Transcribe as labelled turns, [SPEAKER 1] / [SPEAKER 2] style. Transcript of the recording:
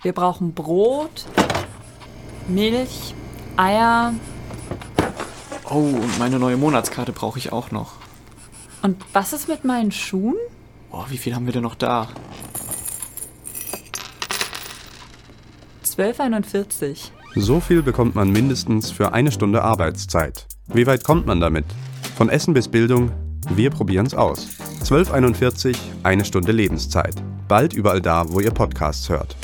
[SPEAKER 1] Wir brauchen Brot, Milch, Eier
[SPEAKER 2] Oh, und meine neue Monatskarte brauche ich auch noch.
[SPEAKER 1] und was ist mit meinen Schuhen?
[SPEAKER 2] Oh, wie viel haben wir denn noch da?
[SPEAKER 1] 12,41.
[SPEAKER 3] So viel bekommt man mindestens für eine Stunde Arbeitszeit. Wie weit kommt man damit? Von Essen bis Bildung, wir probieren's aus. 1241, eine Stunde Lebenszeit. Bald überall da, wo ihr Podcasts hört.